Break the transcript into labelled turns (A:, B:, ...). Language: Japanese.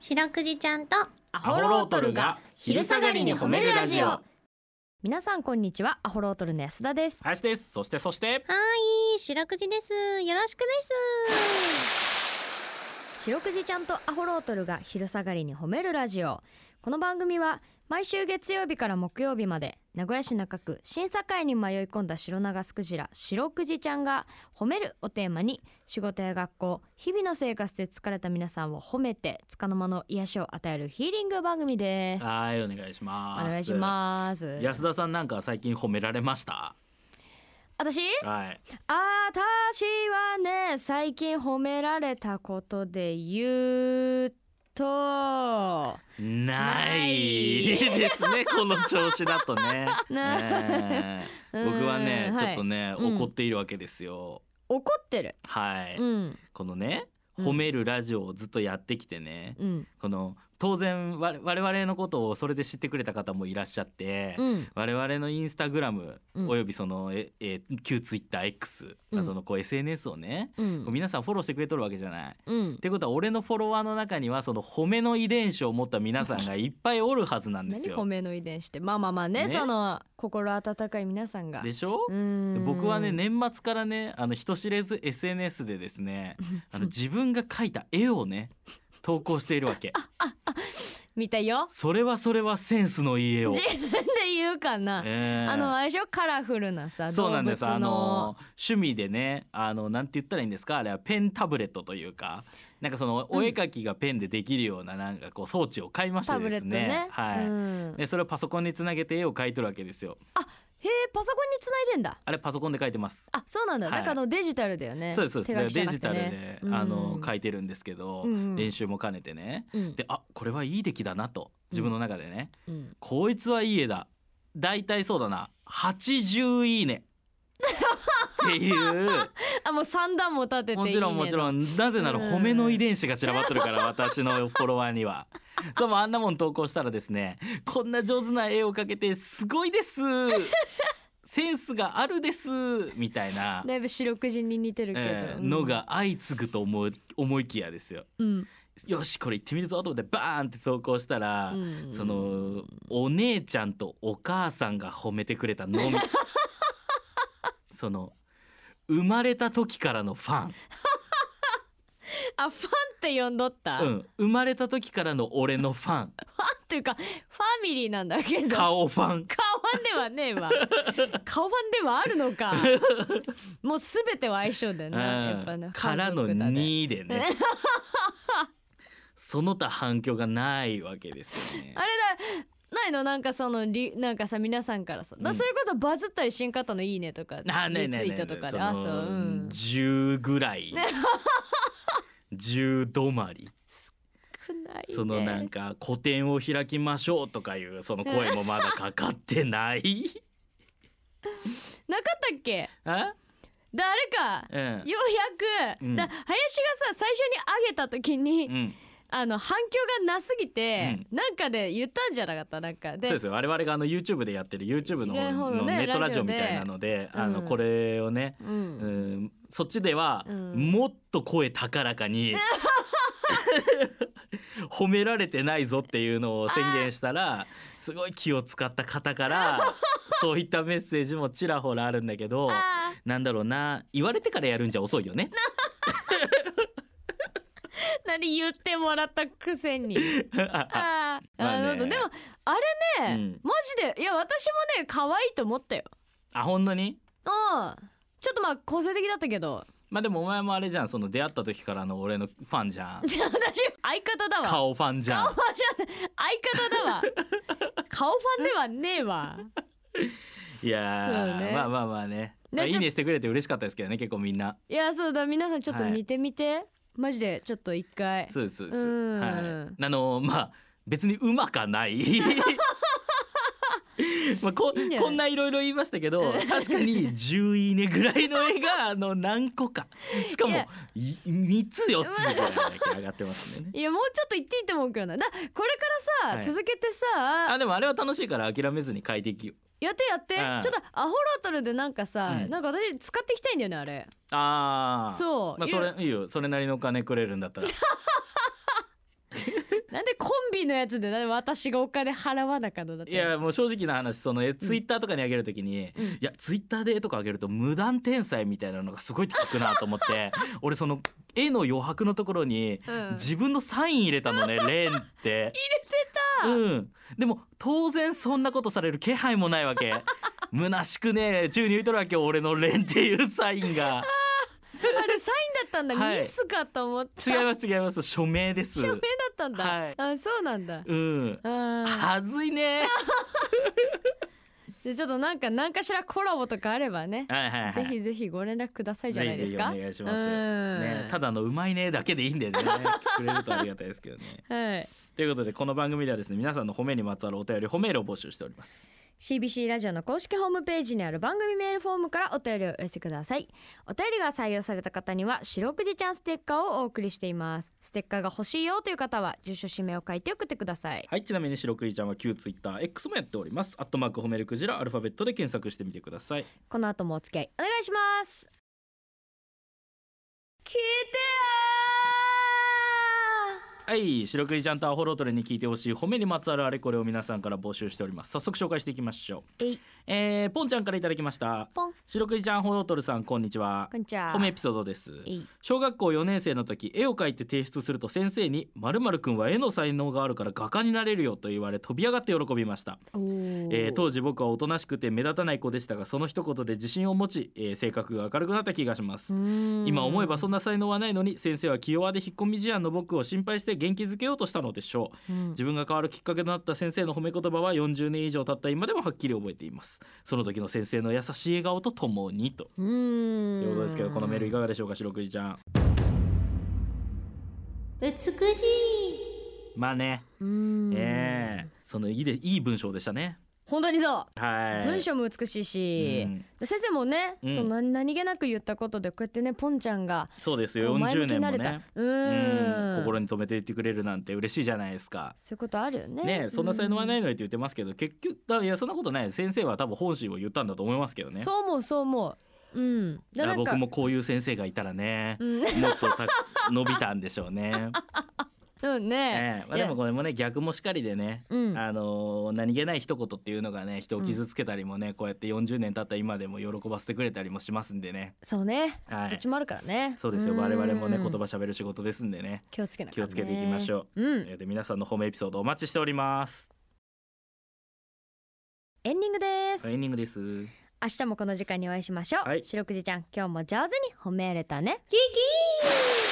A: 白くじちゃんと
B: ア
C: ホロートルが昼下がりに褒めるラジオ
B: 皆さんこんにちはアホロートルの安田です
C: 林ですそしてそして
A: はい白くじですよろしくです
B: 白くじちゃんとアホロートルが昼下がりに褒めるラジオこの番組は毎週月曜日から木曜日まで名古屋市中区審査会に迷い込んだ白長スクジラ白くじちゃんが褒めるをテーマに仕事や学校日々の生活で疲れた皆さんを褒めて束の間の癒しを与えるヒーリング番組ですお
C: はいお願いします
B: 願いします
C: 安田さんなんか最近褒められました
B: 私
C: はい
B: あたしはね最近褒められたことで言うと
C: ない
B: ない
C: ですねこの調子だと ね
B: な
C: ねえ僕はね
B: うん
C: ちょっとね、
B: うん
C: 怒っているわけですよ
B: 怒ってる
C: はい、
B: うん
C: このね
B: うん
C: 褒めるラジオをずっとやってきてね、
B: うん
C: この当然わ我々のことをそれで知ってくれた方もいらっしゃって、
B: うん
C: 我々のインスタグラム
B: うん
C: およびその、ええ旧ツイッター X などのこう SNS をね、
B: う
C: こうん皆さんフォローしてくれとるわけじゃない。っ
B: うん
C: てことは俺のフォロワーの中にはその褒めの遺伝子を持った皆さんがいっぱいおるはずなんです
B: 何褒
C: よ。
B: めの遺伝子ってまあまあまあね
C: ね
B: その心温かい皆さんが
C: でしょ
B: う、ん
C: 僕はね年末からねあの人知れず SNS でですねあの自分が描いた絵をね投稿しているわ け。
B: 見たよ
C: それはそれはセンスのいい絵を。
B: 自分で言うかな
C: えー
B: あのあれでしょカラフルなさ
C: そうなんです。
B: 動物
C: あの趣味でね、あのなんて言ったらいいんですか、あれはペンタブレットというか、なんかそのお絵描きがペンでできるようななんかこう装置を買いまして
B: タブ
C: で
B: レッ
C: す
B: ト
C: ね。
B: ね
C: はい。
B: うん
C: でそれをパソコンにつなげて絵を描いてるわけですよ。
B: へえパソコンにつないでんだ
C: あれパソコンで描いてます。
B: あそうなんだ、
C: はい
B: だからあのデジタルだよね
C: そうですそうです。
B: 手
C: だから
B: 書きじゃ
C: デ
B: な
C: ジ
B: くて
C: タル
B: ね
C: で、あの
B: い
C: 描いてるんですけど、
B: うんうん
C: 練習も兼ねてね。
B: うん
C: で、あこれはいい出来だなと自分の中でね、
B: うん、
C: こいつはいい絵だ。だいたいそうだな、80いいね。っていう。
B: あもう三段も立てていいね
C: もちろんもちろ
B: ん
C: んなぜなら
B: うん
C: 褒めの遺伝子が散らばってるから私のフォロワーに は。そうもうあんなもん投稿したらですねこんな上手な絵を描けてすごい ですセンスがあるですみたいな、
B: だいぶ四六時に似てるけど、
C: えー
B: うん
C: のが相次ぐと思い思いきやですよ。
B: うん、
C: よしこれ行ってみるぞと思ってバーンって投稿したら、
B: うん
C: そのお姉ちゃんとお母さんが褒めてくれたのみ その生まれた時からのファン。
B: あファンって呼んどった、
C: う
B: ファンっ
C: ん、生まれた時からの俺のファン
B: ていうかファミリーなんだけど
C: 顔ファン
B: 顔ファンではね えわ顔ファンではあるのかもうすべては相性だよな、やっぱ
C: う
B: なん
C: からの
B: 家族だね
C: 2で ねその他反響がないわけですよね
B: あれだないのなんかそのりなんかさ皆さんからさ、だ
C: うん
B: それこそバズったりしんかったのいいねとか
C: あねえ
B: リツ
C: ねえ
B: イ
C: ね
B: ー
C: え
B: トとか
C: そ
B: で
C: の
B: あそう、うん、
C: 10ぐら い10止まり
B: 少ないね
C: そのなんか個展を開きましょうとかいうその声もまだかかってない
B: なかったっけ
C: あ、
B: だあれか
C: うん
B: ようやく、
C: うん
B: だ林がさ最初に上げた時に、
C: うん、
B: あの反響がなすぎて、なんかで言ったんじゃなかったなんかで
C: そうですよ我々があの YouTube でやってる YouTube の,、
B: なるほど
C: の
B: ね
C: ネットラジオ
B: ラジオ
C: み
B: で
C: たいなので、あの
B: うん
C: これをね
B: う、
C: うんんそっちでは、
B: うん
C: もっと声高らか に褒められてないぞっていうのを宣言したらすごい気を使った方からそういったメッセージもちらほらあるんだけど
B: あ
C: なんだろうな言われてからやるんじゃ遅いよ ね。
B: ー何言ってもらったくせにあー、
C: まあね
B: なるほどでもあれね、
C: うん
B: マジでいや私もね可愛いと思ったよ
C: あほんのに
B: うんちょっとまあ個性的だったけど
C: まあでもお前もあれじゃんその出会った時からの俺のファンじゃん
B: じゃあ私相方だわ
C: 顔ファンじゃん
B: 相方だ わ顔ファンではねえわ
C: いや
B: そう
C: ー、
B: ね
C: まあまあまあね
B: ね
C: まあい
B: ちょ
C: いねしてくれて嬉しかったですけどね結構みんない
B: やそうだ皆さんちょっと
C: はい
B: 見てみて、マジでちょっと一回
C: そうですそうです。
B: うん
C: はい。あのまあ別にうまか ない。まあ、こ
B: いいんじゃない
C: こんないろいろ言いましたけど確かに10いいねぐらいの絵があの何個かしか
B: い
C: も
B: や
C: い3つ4つぐらいだけ上がってますんでね。
B: いやもうちょっと言っていいと思うけどなだこれからさ、
C: はい
B: 続けてさ
C: あでもあれは楽しいから諦めずに書いていきよ
B: やってやって
C: うん
B: ちょっとアホロートルでなんかさ、
C: うん
B: なんか私使っていきたいんだよねあれ
C: ああ
B: そう
C: まあ、
B: い
C: そ
B: ろ
C: れいいよそれなりのお金くれるんだったら
B: なんでコンビのやつでなんで私がお金払わなかったのだって
C: いやもう正直な話そのえツイッターとかに上げるときに、いやツイッターでとか上げると無断転載みたいなのがすごい効くなと思って 俺その絵の余白のところに
B: うん
C: 自分のサイン入れたのね、レン って。入れてたうんでも当然そんなことされる気配もないわ け虚しくね宙に浮いとるわけ俺のレンっていうサイン が
B: あれサインだったんだ、
C: はい
B: ミスかと思った
C: 違います違います署名です
B: 署名だったんだ、
C: はい
B: あそうなんだ
C: うん
B: あ
C: はずい ね
B: ーでちょっとなんか何かしらコラボとかあればね
C: はいはいはい
B: ぜひぜひご連絡くださいじゃないですか
C: ぜひぜひお願いします
B: うん
C: ね、ただのうまいねだけでいいんでね 来てくれるとありがたいですけどね
B: はい
C: ということでこの番組ではですね皆さんの褒めにまつわるお便り褒めるを募集しております
B: CBC ラジオの公式ホームページにある番組メールフォームからお便りをお寄せくださいお便りが採用された方には「白くじちゃんステッカー」をお送りしていますステッカーが欲しいよという方は住所氏名を書いて送ってください
C: はいちなみに白くいちゃんは旧ツイッター X もやっておりますアットマーク褒めるクジラアルファベットで検索してみてください
B: この後もお付き合いお願いします聞いてよ
C: はい白くいちゃんとアホロートレに聞いてほしい褒めにまつわるあれこれを皆さんから募集しております早速紹介していきましょう
B: えい
C: えー、ポンちゃんからいただきました
B: ポン
C: 白くいちゃんアホロートルさんこんにちは
B: こんにちは
C: 褒めエピソードです
B: えい
C: 小学校4年生の時絵を描いて提出すると先生に「〇〇くんは絵の才能があるから画家になれるよ」と言われ飛び上がって喜びました、
B: おー
C: えー当時僕はおとなしくて目立たない子でしたがその一言で自信を持ち、えー性格が明るくなった気がします、今思えばそんな才能はないのに先生は気弱で引っ込み思案の僕を心配して元気づけようとしたのでしょう
B: うん
C: 自分が変わるきっかけとなった先生の褒め言葉は40年以上経った今でもはっきり覚えていますその時の先生の優しい笑顔とともにと
B: うーん
C: ということですけどこのメールいかがでしょうか白くじちゃん
A: 美しい
C: まあね
B: うーん
C: ええそのいいでいい文章でしたね。
B: 本当にそう
C: はい。
B: 文章も美しいし、
C: うん
B: 先生もね、
C: うん
B: その何何気なく言ったことでこうやってねポンちゃんが
C: そうです
B: こ
C: よ。
B: う前
C: 40
B: 向きに
C: 年
B: な
C: も
B: れた、
C: ね。
B: う
C: う
B: ーん
C: ん、心に留めていってくれるなんて嬉しいじゃないですか。
B: そういうことあるよね、
C: ねえ、そんな才能はないいのにって言ってますけど、結局だいやそんなことない。先生は多分本心を言ったんだと思いますけど
B: うん
C: ね。
B: そう思うそう思ううんで
C: だか
B: な
C: ら
B: んか
C: 僕もこういう先生がいたらね
B: う、ん
C: もっとた伸びたんでしょうね。
B: うんね
C: ええまあでもこれもね逆もしかりでね。
B: うん
C: あのー何気ない一言っていうのがね人を傷つけたりもね、こうやって40年経った今でも喜ばせてくれたりもしますんでね
B: そうね、
C: はい
B: どっちもあるからね
C: そうですよ我々もね
B: うん
C: 言葉喋る仕事ですんでね
B: 気をつけなが
C: 気
B: ら、
C: を
B: ね、
C: つけていきましょ
B: うう
C: うんえーで皆さんの褒めエピソードお待ちしております
B: エンディングです、
C: エンディングです
B: 明日もこの時間にお会いしましょう、
C: はい
B: 白くじちゃん今日も上手に褒められたね
A: キキー